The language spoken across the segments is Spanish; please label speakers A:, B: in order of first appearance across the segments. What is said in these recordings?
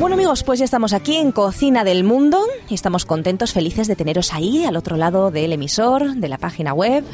A: Bueno amigos, pues ya estamos aquí en Cocina del Mundo y estamos contentos, felices de teneros ahí al otro lado del emisor, de la página web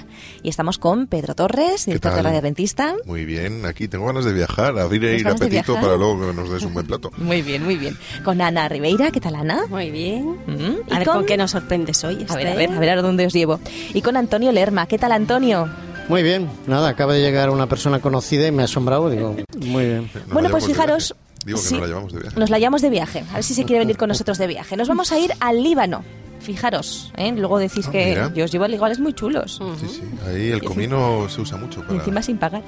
A: y estamos con Pedro Torres, director de
B: tal?
A: Radio Adventista.
B: Muy bien, aquí tengo ganas de viajar, abrir el
A: ganas de
B: apetito
A: viajar?
B: para luego que nos des un buen plato.
A: Muy bien, muy bien. Con Ana Ribeira, ¿qué tal Ana?
C: Muy bien.
A: Mm,
C: A
A: y
C: ver, ¿con qué nos sorprendes hoy?
A: A ver, a
C: Esther?
A: ver, a ver a dónde os llevo. Y con Antonio Lerma, ¿qué tal Antonio?
D: Muy bien, nada, acaba de llegar una persona conocida y me ha asombrado, digo, muy bien.
B: Nos la
A: bueno, pues
B: llevamos de
A: fijaros...
B: viaje. Digo que
A: sí,
B: nos la llevamos de viaje.
A: Nos la llevamos de viaje, a ver si se quiere venir con nosotros de viaje. Nos vamos a ir al Líbano, fijaros, ¿eh? luego decís
B: Ah,
A: que
B: mira.
A: yo os llevo al igual, es muy chulos.
B: Sí, sí, ahí el comino se usa mucho
A: Y
B: para...
A: encima sin pagar.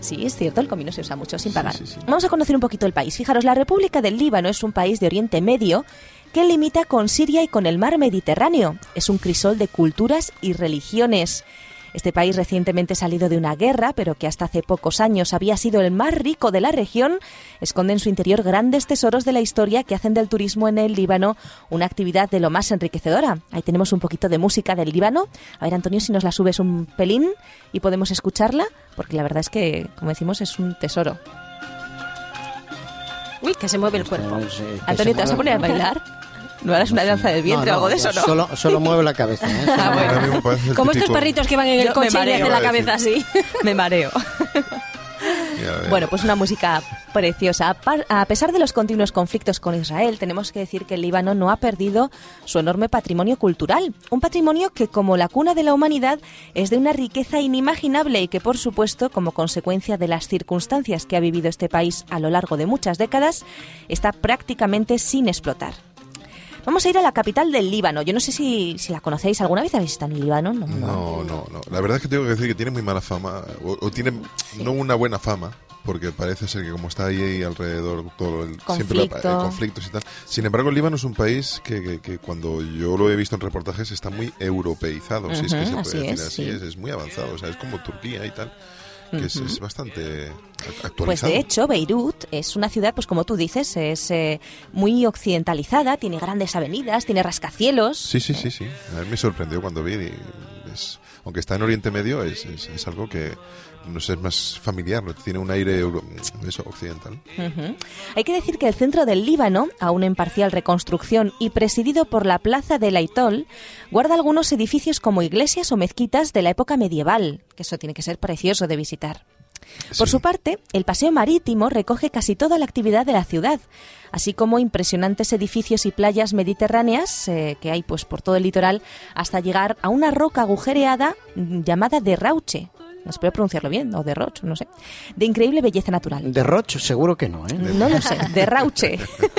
A: Sí, es cierto, el comino se usa mucho sin
B: Sí,
A: pagar.
B: sí, sí.
A: Vamos a conocer un poquito el país. Fijaros, la República del Líbano es un país de Oriente Medio que limita con Siria y con el mar Mediterráneo. Es un crisol de culturas y religiones. Este país recientemente salido de una guerra, pero que hasta hace pocos años había sido el más rico de la región, esconde en su interior grandes tesoros de la historia que hacen del turismo en el Líbano una actividad de lo más enriquecedora. Ahí tenemos un poquito de música del Líbano. A ver, Antonio, si nos la subes un pelín y podemos escucharla, porque la verdad es que, como decimos, es un tesoro.
C: Uy, que se mueve el cuerpo.
D: Sí, Pues, eh, que se
A: Antonio, ¿te vas a
D: mueva.
A: poner a bailar? ¿No harás una danza del vientre o algo de eso, no?
D: Solo, solo mueve la cabeza. ¿eh?
A: Ah, bueno.
B: Ahora mismo parece el
C: Como estos
B: típico-
C: perritos que van en
A: Yo
C: el
A: me
C: coche y le
A: mareo.
C: hacen la cabeza así.
A: Me mareo.
B: Mira, a ver.
A: Bueno, pues una música preciosa. A par- A pesar de los continuos conflictos con Israel, tenemos que decir que el Líbano no ha perdido su enorme patrimonio cultural. Un patrimonio que, como la cuna de la humanidad, es de una riqueza inimaginable y que, por supuesto, como consecuencia de las circunstancias que ha vivido este país a lo largo de muchas décadas, está prácticamente sin explotar. Vamos a ir a la capital del Líbano. Yo no sé si, si la conocéis. ¿Alguna vez habéis estado en el Líbano? No, no.
B: No, no, no. La verdad es que tengo que decir que tiene muy mala fama, o, o tiene no una buena fama, porque parece ser que como está ahí, ahí alrededor todo el, siempre la-
A: Conflicto.
B: eh, conflictos y tal. Sin embargo, el Líbano es un país que, que- que cuando yo lo he visto en reportajes está muy europeizado, si es que se
A: Ujú,
B: puede
A: así
B: decir
A: es,
B: así,
A: sí.
B: es, es muy avanzado, o sea, es como Turquía y tal, que es, es bastante a- actualizado.
A: Pues de hecho, Beirut es una ciudad, pues como tú dices, es eh, muy occidentalizada, tiene grandes avenidas, tiene rascacielos.
B: Sí, sí, sí, sí. A mí me sorprendió cuando vi. y es- aunque está en Oriente Medio, es, es- es algo que no sé, es más familiar, ¿no? tiene un aire euro- eso, occidental.
A: Ujú. Hay que decir que el centro del Líbano, aún en parcial reconstrucción y presidido por la plaza del Aitol, guarda algunos edificios como iglesias o mezquitas de la época medieval, que eso tiene que ser precioso de visitar. Por
B: Sí.
A: su parte, el paseo marítimo recoge casi toda la actividad de la ciudad, así como impresionantes edificios y playas mediterráneas eh, que hay pues por todo el litoral hasta llegar a una roca agujereada mm, llamada Derrauche. No espero pronunciarlo bien, o Derroche, no sé. De increíble belleza natural.
D: Derrocho, seguro que no, ¿eh?
A: No lo sé, derrauche.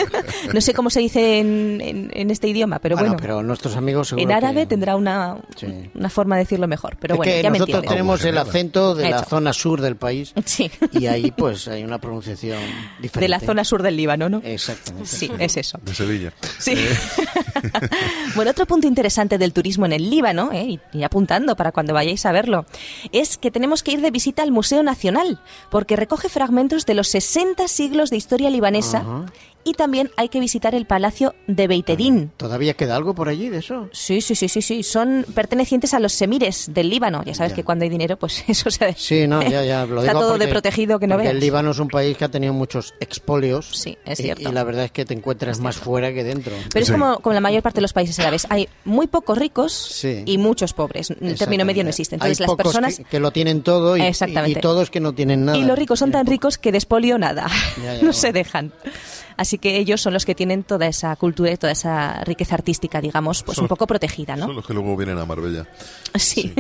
A: no sé cómo se dice en, en- en este idioma, pero
D: Ah, no,
A: bueno.
D: pero nuestros amigos seguro
A: en árabe
D: que-
A: tendrá una,
D: Sí.
A: una forma de decirlo mejor, pero
D: Es
A: bueno,
D: que
A: ya me
D: nosotros
A: entiendes.
D: tenemos el
B: Agujereada.
D: acento de la
A: Eso.
D: zona sur del país
A: Sí,
D: y ahí pues hay una pronunciación diferente.
A: de la zona sur del Líbano,
D: Eh,
A: ¿no?
D: Exactamente.
A: Sí, es eso.
B: De Sevilla.
A: Sí.
D: Eh.
A: bueno, otro punto interesante del turismo en el Líbano, ¿eh? y- y apuntando para cuando vayáis a verlo, es que tenemos que ir de visita al Museo Nacional, porque recoge fragmentos de los 60 siglos de historia libanesa
D: Ajá.
A: y también hay que visitar el Palacio de Beiterín.
D: ¿Todavía queda algo por allí de eso?
A: Sí, sí, sí, sí, sí. Son pertenecientes a los semires del Líbano. Ya sabes
D: Ya.
A: que cuando hay dinero, pues eso se...
D: Sí, no, ya, ya. Lo
A: Está
D: digo
A: todo
D: porque-
A: de protegido que no
D: porque
A: veas.
D: El Líbano es un país que ha tenido muchos expolios.
A: Sí, es
D: y-
A: cierto.
D: Y, la verdad es que te encuentras más fuera que dentro.
A: Pero es
B: Sí.
A: como, como la mayor parte de los países árabes. Hay muy pocos ricos
D: Sí.
A: y muchos pobres. El término medio no existe. Entonces
D: Hay
A: las
D: pocos
A: personas...
D: que, que lo tienen todo y,
A: Exactamente.
D: y todos que no tienen nada.
A: Y los ricos son tan ricos que de espolio nada.
D: Ya, ya,
A: no
D: bueno.
A: se dejan. Así que ellos son los que tienen toda esa cultura y toda esa riqueza artística, digamos, pues
B: Son
A: un
B: los-
A: poco protegida, ¿no?
B: Son los que luego vienen a Marbella.
A: Sí.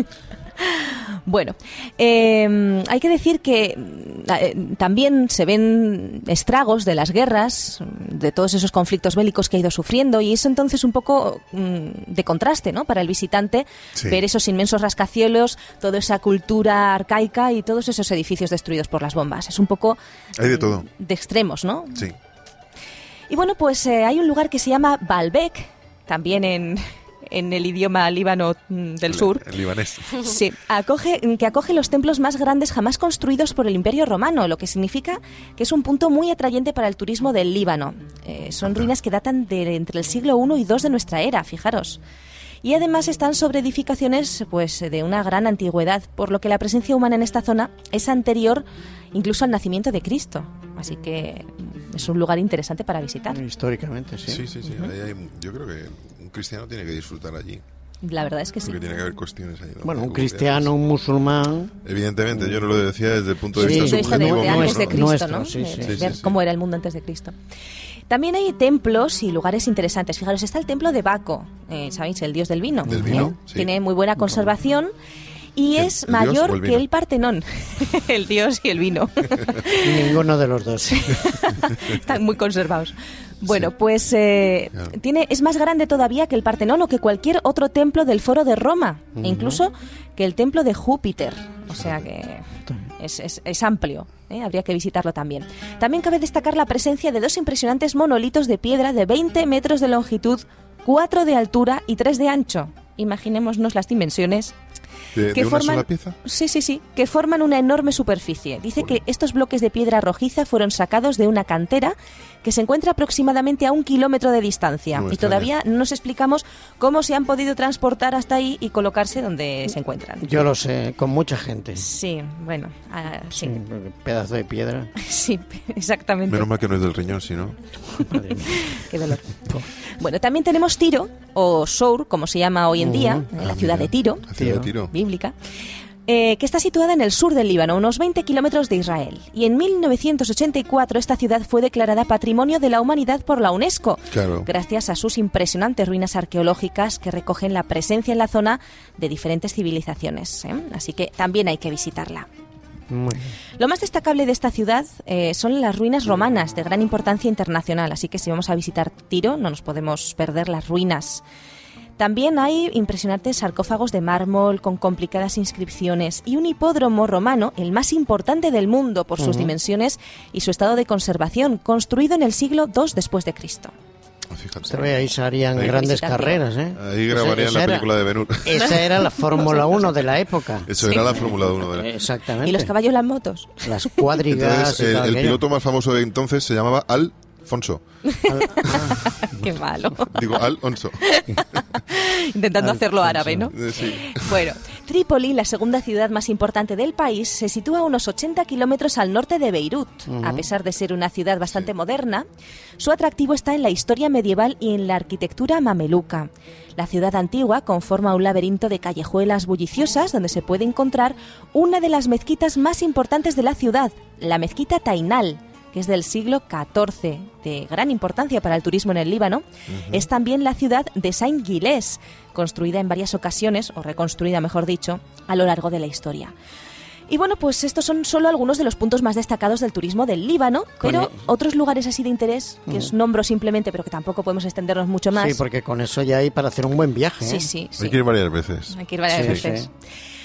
A: Bueno, eh, hay que decir que mm, eh, también se ven estragos de las guerras, mm, de todos esos conflictos bélicos que ha ido sufriendo, y eso entonces un poco mm, de contraste, ¿no? Para el visitante,
B: Sí.
A: ver esos inmensos rascacielos, toda esa cultura arcaica y todos esos edificios destruidos por las bombas. Es un poco mm,
B: Hay de todo.
A: de extremos, ¿no?
B: Sí.
A: Y bueno, pues eh, hay un lugar que se llama Baalbek, también en, en el idioma líbano mm, del
B: Li-
A: sur.
B: libanés.
A: Sí, acoge, que acoge los templos más grandes jamás construidos por el Imperio Romano, lo que significa que es un punto muy atrayente para el turismo del Líbano. Eh, son ruinas que datan de entre el siglo I y II de nuestra era, fijaros. Y además están sobre edificaciones pues, de una gran antigüedad, por lo que la presencia humana en esta zona es anterior incluso al nacimiento de Cristo. Así que Es un lugar interesante para visitar.
D: Históricamente, sí.
B: Sí, sí, sí. ahí hay- yo creo que un cristiano tiene que disfrutar allí.
A: La verdad es que sí.
B: Porque tiene que haber cuestiones ahí. ¿no?
D: Bueno, un
B: Como
D: cristiano, un musulmán.
B: que- Evidentemente, yo no lo decía desde el punto de
D: Sí,
B: vista
A: Desde el punto de
B: subjetivo.
A: vista de
B: mío,
A: antes de
B: ¿no?
A: Cristo,
D: Nuestro,
A: ¿no?
D: sí,
A: De-
D: sí.
A: de
B: Sí, sí,
A: ver
B: sí.
A: cómo era el mundo antes de Cristo. También hay templos y lugares interesantes. Fijaros, está el templo de Baco, eh, ¿sabéis? El dios del vino.
B: Del vino,
A: ¿eh?
B: sí.
A: Tiene muy buena conservación y
B: ¿El-
A: es
B: el dios
A: mayor
B: o el
A: que
B: vino?
A: el Partenón. el dios y el vino.
D: Ninguno de los dos.
A: Están muy conservados. Bueno,
B: Sí.
A: pues eh,
B: Claro.
A: tiene, es más grande todavía que el Partenón o que cualquier otro templo del Foro de Roma, e incluso que el templo de Júpiter. O sea que es, es- es amplio, ¿eh? habría que visitarlo también. También cabe destacar la presencia de dos impresionantes monolitos de piedra de 20 metros de longitud, 4 de altura y 3 de ancho. Imaginémonos las dimensiones
B: ¿De,
A: que
B: de una
A: forman-
B: sola pieza?
A: Sí, sí, sí, que forman una enorme superficie. Dice que estos bloques de piedra rojiza fueron sacados de una cantera que se encuentra aproximadamente a un kilómetro de distancia.
B: No me
A: y
B: extraña.
A: todavía no nos explicamos cómo se han podido transportar hasta ahí y colocarse donde se encuentran.
D: Yo lo sé, con mucha gente.
A: Sí, bueno, ah, sí,
D: Sí, porque pedazo de piedra.
A: sí, exactamente.
B: Menos mal que no es del riñón, sino.
D: Madre mía.
A: Qué dolor. Bueno, también tenemos Tiro, o Sour, como se llama hoy en día,
D: Ujú.
B: Ah,
A: en la ciudad de Tiro.
B: La ciudad de tiro.
A: bíblica, eh, que está situada en el sur del Líbano, a unos 20 kilómetros de Israel. Y en 1984 esta ciudad fue declarada Patrimonio de la Humanidad por la UNESCO,
B: Claro.
A: gracias a sus impresionantes ruinas arqueológicas que recogen la presencia en la zona de diferentes civilizaciones. ¿eh? Así que también hay que visitarla.
D: Muy bien.
A: Lo más destacable de esta ciudad eh, son las ruinas romanas de gran importancia internacional, así que si vamos a visitar Tiro no nos podemos perder las ruinas. También hay impresionantes sarcófagos de mármol con complicadas inscripciones y un hipódromo romano, el más importante del mundo por sus dimensiones y su estado de conservación, construido en el siglo II después de Cristo.
B: Ah, Fíjate.
D: Se ve, ahí se harían
B: Ahí-
D: grandes
A: Felicitación.
D: carreras, ¿eh?
B: Ahí
D: Esa-
B: grabarían
D: esa
B: la
D: era-
B: película de Benur.
D: Esa era la Fórmula 1 de la época.
B: Eso era la Fórmula 1 de la.
D: Exactamente.
A: ¿Y los caballos, las motos?
D: Las cuadrigas
B: Entonces,
D: y
B: el,
D: todo
B: el
D: aquello.
B: piloto más famoso de entonces se llamaba Alfonso.
A: Qué malo.
B: Digo, Alonso.
A: Intentando hacerlo árabe, ¿no?
B: Eh, Sí.
A: Bueno, Trípoli, la segunda ciudad más importante del país, se sitúa a unos 80 kilómetros al norte de Beirut. A pesar de ser una ciudad bastante moderna, su atractivo está en la historia medieval y en la arquitectura mameluca. La ciudad antigua conforma un laberinto de callejuelas bulliciosas donde se puede encontrar una de las mezquitas más importantes de la ciudad, la mezquita Tainal que es del siglo XIV, de gran importancia para el turismo en el Líbano, es también la ciudad de Saint-Gilles, construida en varias ocasiones, o reconstruida mejor dicho, a lo largo de la historia. Y bueno, pues estos son solo algunos de los puntos más destacados del turismo del Líbano,
D: Con
A: pero
D: el- Mm.
A: otros lugares así de interés, que os nombro simplemente, pero que tampoco podemos extendernos mucho más.
D: Sí, porque con eso ya hay para hacer un buen viaje. ¿eh?
A: sí, sí, sí.
B: Hay que ir varias veces.
A: Hay que ir varias
D: Sí,
A: veces.
D: sí.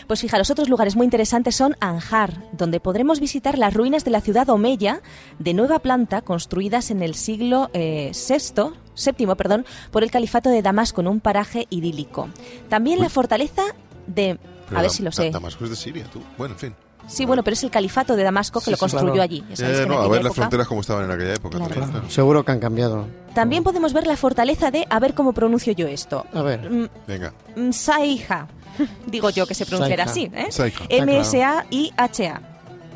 A: Pues fijaros, otros lugares muy interesantes son Anjar, donde podremos visitar las ruinas de la ciudad Omeya, de nueva planta, construidas en el siglo eh, VI, séptimo, perdón, por el califato de Damasco, en un paraje idílico. También la fortaleza de...
B: Pero
A: A ver
B: Dam-
A: si lo
B: Dam-
A: sé.
B: Damasco es de Siria, tú. Bueno, en fin.
A: Sí, bueno, pero es el califato de Damasco que
D: Sí,
A: lo
D: sí,
A: construyó
D: claro.
A: allí. Ya sabéis
B: Eh,
A: que en
B: no, a
A: aquella
B: ver las
A: época-
B: fronteras como estaban en aquella época.
A: Claro.
B: también, claro.
D: Seguro que han cambiado.
A: También podemos ver la fortaleza de... A ver cómo pronuncio yo esto.
D: A ver.
A: Mm,
B: Venga.
A: Msaija. Digo yo que se pronunciará así,
D: Saija.
A: ¿eh?
B: Saija.
A: M-S-A-I-H-A.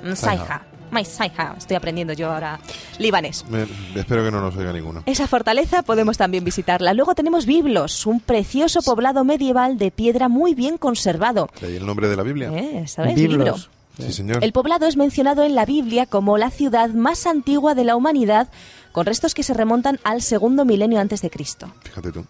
A: Msaija.
B: Saija.
A: Msaija. Estoy aprendiendo yo ahora libanés.
B: Me- espero que no nos oiga ninguno.
A: Esa fortaleza podemos también visitarla. Luego tenemos Biblos, un precioso poblado medieval de piedra muy bien conservado.
B: De ahí el nombre de la Biblia.
A: ¿Eh? ¿Sabes? Libro.
D: Biblos.
B: Sí, señor.
A: El poblado es mencionado en la Biblia como la ciudad más antigua de la humanidad, con restos que se remontan al segundo milenio antes de Cristo.
B: Fíjate tú.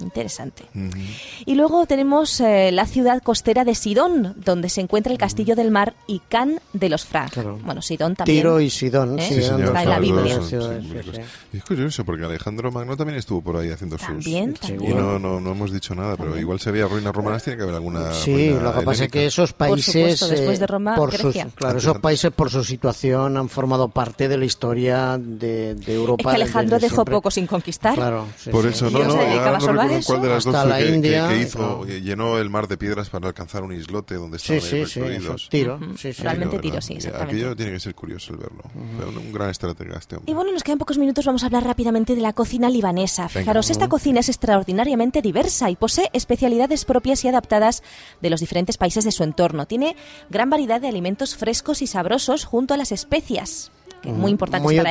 A: Interesante.
B: Ujú.
A: Y luego tenemos eh, la ciudad costera de Sidón, donde se encuentra el Castillo del Mar y Can de los Fra.
D: Claro.
A: Bueno, Sidón también.
D: Tiro y Sidón.
A: ¿Eh?
B: Sí,
D: Sidón,
B: señor.
A: Está en la
B: claro,
A: Biblia.
B: todos
D: Sí,
B: son-
D: sí,
B: son
D: sí.
B: bíblicos. Es curioso porque Alejandro Magno también estuvo por ahí haciendo sus.
A: También,
B: Y
A: también.
B: no, no, no hemos dicho nada, pero igual si había ruinas romanas tiene que haber alguna.
D: Sí,
B: ruina
D: lo que pasa es
B: helénica.
D: que esos países,
A: supuesto, después
D: eh,
A: de Roma,
D: por sus-
A: Grecia.
D: claro, esos países por su situación han formado parte de la historia de, de Europa.
A: Es que Alejandro
D: desde
A: dejó
D: siempre.
A: poco sin conquistar.
D: Claro, sí,
B: Por
D: sí.
B: eso,
A: Y
B: no,
A: os
B: no,
A: dedicabas
B: ahora
A: a hablar
B: no recuerdo
A: eso.
B: cuál de las dos
D: Hasta
B: fue
D: la
B: que, que-
D: India,
B: que hizo,
D: no.
B: llenó el mar de piedras para alcanzar un islote donde
D: Sí,
B: estaban ahí
D: sí, sí,
B: recluidos.
D: eso, tiro.
A: Ujú,
D: sí, sí.
A: realmente
B: ¿verdad?
A: tiro, sí,
B: Y
A: exactamente.
B: Aquello tiene que ser curioso el verlo. Fue un, un gran estratega este hombre.
A: Y bueno, nos quedan pocos minutos, vamos a hablar rápidamente de la cocina libanesa. Fijaros, esta cocina es extraordinariamente diversa y posee especialidades propias y adaptadas de los diferentes países de su entorno. Tiene gran variedad de alimentos frescos y sabrosos junto a las especias. que es muy importantes
D: Mm, muy
A: para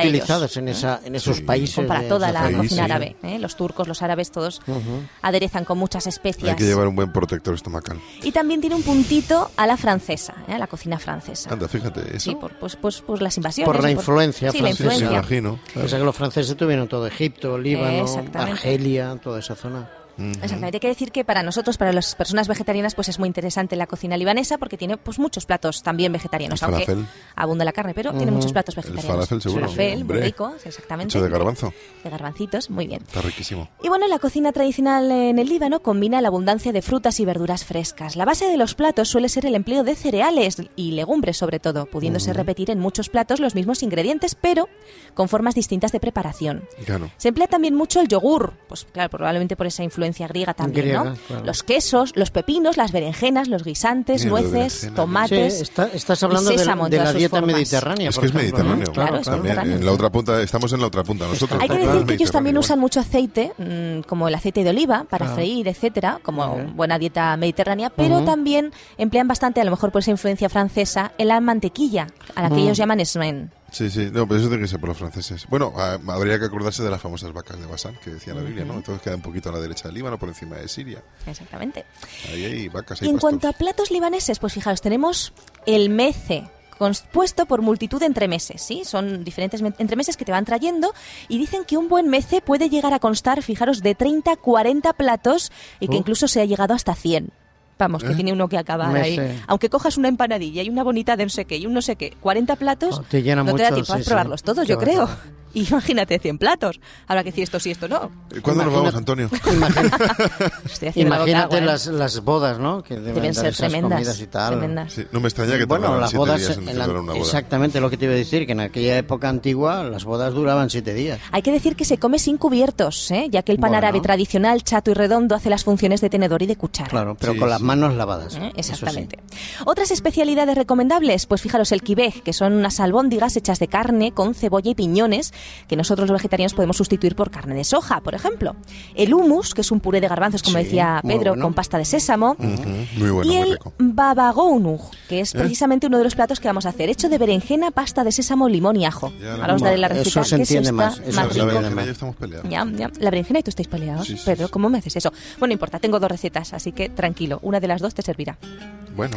A: ellos.
D: utilizados en, esa, en esos
B: Sí.
D: países.
A: Son para
D: de-
A: toda
D: de
A: la
B: país,
D: África.
A: cocina
B: sí.
A: árabe. ¿eh? Los turcos, los árabes, todos aderezan con muchas especias.
B: Hay que llevar un buen protector estomacal.
A: Y también tiene un puntito a la francesa, ¿eh? a la cocina francesa.
B: Anda, fíjate, eso.
A: Sí, por, pues, pues, pues las invasiones.
D: Por la
A: y
D: influencia
A: Sí, la
B: Sí, me
D: francesa.
A: influencia.
B: imagino. claro.
D: O sea que los franceses tuvieron todo Egipto, Líbano,
A: Exactamente.
D: Argelia, toda esa zona.
B: Ujú.
A: Exactamente, hay que decir que para nosotros, para las personas vegetarianas, pues es muy interesante la cocina libanesa porque tiene pues muchos platos también vegetarianos,
B: El
A: aunque
B: falafel.
A: abunda la carne, pero tiene muchos platos
B: El
A: vegetarianos.
B: falafel, seguro.
A: Falafel, muy
B: Hombre.
A: rico, exactamente.
B: Hecho de garbanzo.
A: De garbancitos, muy bien.
B: Está riquísimo.
A: Y bueno, la cocina tradicional en el Líbano combina la abundancia de frutas y verduras frescas. La base de los platos suele ser el empleo de cereales y legumbres, sobre todo, pudiéndose repetir en muchos platos los mismos ingredientes, pero con formas distintas de preparación.
B: Claro.
A: Se emplea también mucho el yogur, pues claro, probablemente por esa influencia griega también, ¿no?
D: Griega, claro.
A: Los quesos, los pepinos, las berenjenas, los guisantes,
B: Mira, lo de
A: nueces,
B: berenjena.
D: Sí,
A: tomates.
D: está- estás hablando
A: y
D: de,
A: Ah, sésamo en
D: de la
A: todas sus
D: dieta
A: formas.
D: mediterránea.
B: Es
D: por
B: que es
D: ejemplo, ¿no?
B: mediterráneo.
A: Claro, es
B: También, ¿eh?
A: mediterráneo.
B: En la otra punta, estamos en la otra punta nosotros.
A: Hay que
B: Total,
A: decir que ellos también
B: mediterráneo,
A: usan
B: igual.
A: mucho aceite, mm, como el aceite de oliva, para
D: Claro.
A: freír, etcétera, como buena dieta mediterránea, pero también emplean bastante, a lo mejor por esa influencia francesa, en la mantequilla, a la que ellos llaman esmen.
B: Sí, sí, no, pero eso tiene que ser por los franceses. Bueno, ah, habría que acordarse de las famosas vacas de Basán que decía la Biblia, ¿no? Entonces queda un poquito a la derecha del Líbano, por encima de Siria.
A: Exactamente.
B: Ahí hay vacas,
A: Y
B: hay
A: en
B: pastos.
D: pues
A: cuanto a platos libaneses, pues fijaos, tenemos el mece, compuesto por multitud de entremeses, ¿sí? Son diferentes men- entremeses que te van trayendo y dicen que un buen mece puede llegar a constar, fijaros, de 30 a 40 platos y
D: Oh.
A: que incluso se ha llegado hasta 100. Vamos, que
B: ¿Eh?
A: tiene uno que acabar
D: Mece.
A: ahí. Aunque cojas una empanadilla y una bonita de no sé qué y un no sé qué, 40 platos,
D: Oh, te llena
A: no te da
D: mucho,
A: tiempo a
D: sí, sí.
A: probarlos todos, yo
D: Te va a
A: creo.
D: acabar.
A: Imagínate 100 platos. Habrá que decir esto sí, esto no.
B: Eh, ¿Cuándo nos
D: Imagina-
B: vamos, Antonio?
A: Estoy haciendo la boca
D: Imagínate
A: agua, ¿eh?
D: las, las bodas, ¿no? Que deben,
A: Deben
D: dar
A: ser
D: esas
A: tremendas.
D: comidas y tal.
A: tremendas.
B: Sí, no me extraña que
D: Bueno,
B: tardaran
D: las
B: siete
D: bodas.
B: días en
D: en la-
B: celebrar una boda.
D: Exactamente lo que te iba a decir, que en aquella época antigua las bodas duraban siete días.
A: Hay que decir que se come sin cubiertos, ¿eh? ya que el pan
D: Bueno.
A: árabe tradicional, chato y redondo, hace las funciones de tenedor y de cuchara.
D: Claro, pero
B: Sí,
D: con las
B: sí.
D: manos lavadas.
A: ¿Eh?
D: eso sí.
A: Exactamente. Otras especialidades recomendables, pues fijaros el kibej, que son unas albóndigas hechas de carne con cebolla y piñones, que nosotros los vegetarianos podemos sustituir por carne de soja, por ejemplo. El hummus, que es un puré de garbanzos, como
D: Sí,
A: decía
D: muy
A: Pedro,
D: bueno.
A: con pasta de sésamo.
B: Ujú, Muy bueno,
A: y
B: muy
A: el
B: rico.
A: babagounuj, que
D: ¿Eh?
A: es precisamente uno de los platos que vamos a hacer, hecho de berenjena, pasta de sésamo, limón y ajo.
B: Ya,
A: Ahora os daré la
D: Bueno,
A: receta.
D: eso se
A: que
D: entiende
A: está
D: más, eso
A: más
D: se
B: La
D: rico.
B: berenjena y yo estamos peleados.
A: Ñam, ñam. La berenjena y tú estáis peleados.
B: Sí, sí,
A: Pedro,
B: sí.
A: ¿cómo me haces eso? Bueno, no importa, tengo dos recetas, así que tranquilo, una de las dos te servirá.
B: Bueno, bueno.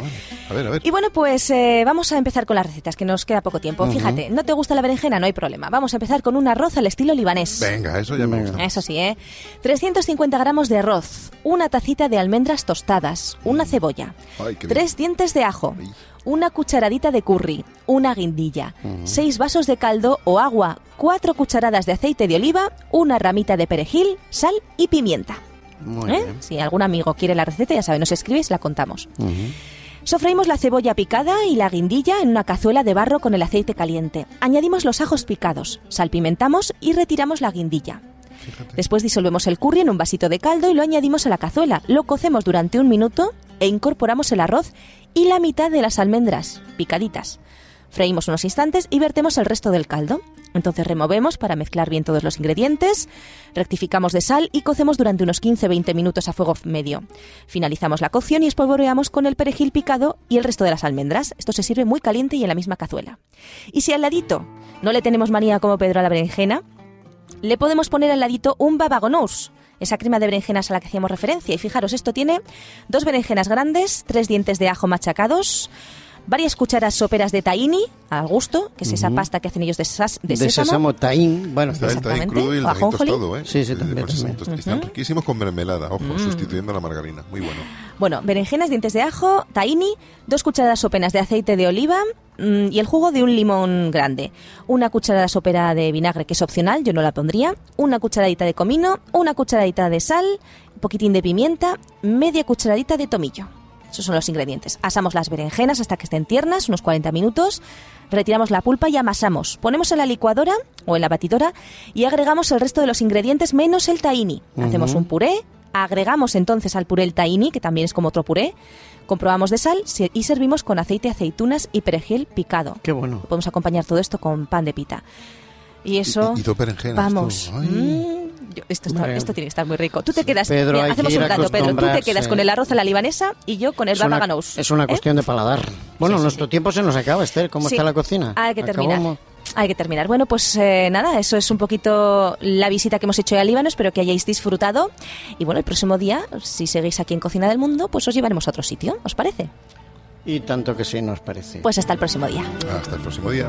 B: A ver, a ver.
A: Y bueno, pues eh, vamos a empezar con las recetas, que nos queda poco tiempo. Fíjate, ¿no te gusta la berenjena? No hay problema. Vamos a empezar con un arroz al estilo libanés.
B: Venga, eso ya me
D: Venga.
B: gusta.
A: Eso sí, ¿eh? 350 gramos de arroz, una tacita de almendras tostadas, una cebolla,
B: Ay, qué
A: tres dientes de ajo,
B: Ay.
A: una cucharadita de curry, una guindilla, seis vasos de caldo o agua, cuatro cucharadas de aceite de oliva, una ramita de perejil, sal y pimienta.
D: Muy
A: ¿Eh?
D: bien.
A: Si algún amigo quiere la receta, ya sabe, nos escribes, la contamos.
D: Ujú.
A: Sofreímos la cebolla picada y la guindilla en una cazuela de barro con el aceite caliente. Añadimos los ajos picados, salpimentamos y retiramos la guindilla. Después disolvemos el curry en un vasito de caldo y lo añadimos a la cazuela. Lo cocemos durante un minuto e incorporamos el arroz y la mitad de las almendras picaditas. Freímos unos instantes y vertemos el resto del caldo. Entonces removemos para mezclar bien todos los ingredientes, rectificamos de sal y cocemos durante unos 15-20 minutos a fuego medio. Finalizamos la cocción y espolvoreamos con el perejil picado y el resto de las almendras. Esto se sirve muy caliente y en la misma cazuela. Y si al ladito no le tenemos manía como Pedro a la berenjena, le podemos poner al ladito un babagonous, esa crema de berenjenas a la que hacíamos referencia. Y fijaros, esto tiene dos berenjenas grandes, tres dientes de ajo machacados, varias cucharas soperas de tahini, al gusto, que es esa pasta que hacen ellos de, sas- de
D: De
A: sésamo.
D: sésamo, taín, bueno,
B: Está el tajín
A: Exactamente.
B: crudo y el
A: O
B: tajín
A: ajonjolí.
B: tostado, ¿eh?
D: Sí, sí,
B: El de
D: también,
B: bolsa,
D: también.
B: tost- Están riquísimos con mermelada, ojo,
A: Mm.
B: sustituyendo la margarina. Muy bueno.
A: Bueno, berenjenas, dientes de ajo, tahini, dos cucharadas soperas de aceite de oliva mm, y el jugo de un limón grande. Una cucharada sopera de vinagre, que es opcional, yo no la pondría. Una cucharadita de comino, una cucharadita de sal, un poquitín de pimienta, media cucharadita de tomillo. Esos son los ingredientes. Asamos las berenjenas hasta que estén tiernas, unos 40 minutos. Retiramos la pulpa y amasamos. Ponemos en la licuadora o en la batidora y agregamos el resto de los ingredientes menos el tahini. Hacemos un puré, agregamos entonces al puré el tahini, que también es como otro puré. Comprobamos de sal se- y servimos con aceite, aceitunas y perejil picado.
D: qué bueno.
A: Podemos acompañar todo esto con pan de pita. Y eso.
B: Y- y dos berenjenas,
A: Vamos.
B: tú. Ay.
A: Mm, yo- esto, está-
D: Hombre.
A: esto tiene que estar muy rico. Tú te quedas.
D: Pedro,
A: mira,
D: hay que
A: hacemos
D: ir
A: un rato, Pedro. Tú te
D: acostumbrarse.
A: quedas con el arroz a la libanesa y yo con el
D: Es una,
A: babaganous.
D: es una
A: ¿Eh?
D: cuestión de paladar. Bueno,
A: Sí, sí,
D: nuestro tiempo se nos acaba, Esther. ¿Cómo
A: Sí.
D: está la cocina?
A: Hay que terminar.
D: Ah, Acabamos.
A: Hay que terminar. Bueno, pues eh, nada, eso es un poquito la visita que hemos hecho al Líbano. Espero que hayáis disfrutado. Y bueno, el próximo día, si seguís aquí en Cocina del Mundo, pues os llevaremos a otro sitio, ¿os parece?
D: Y tanto que sí nos parece.
A: Pues hasta el próximo día.
B: Hasta el próximo día.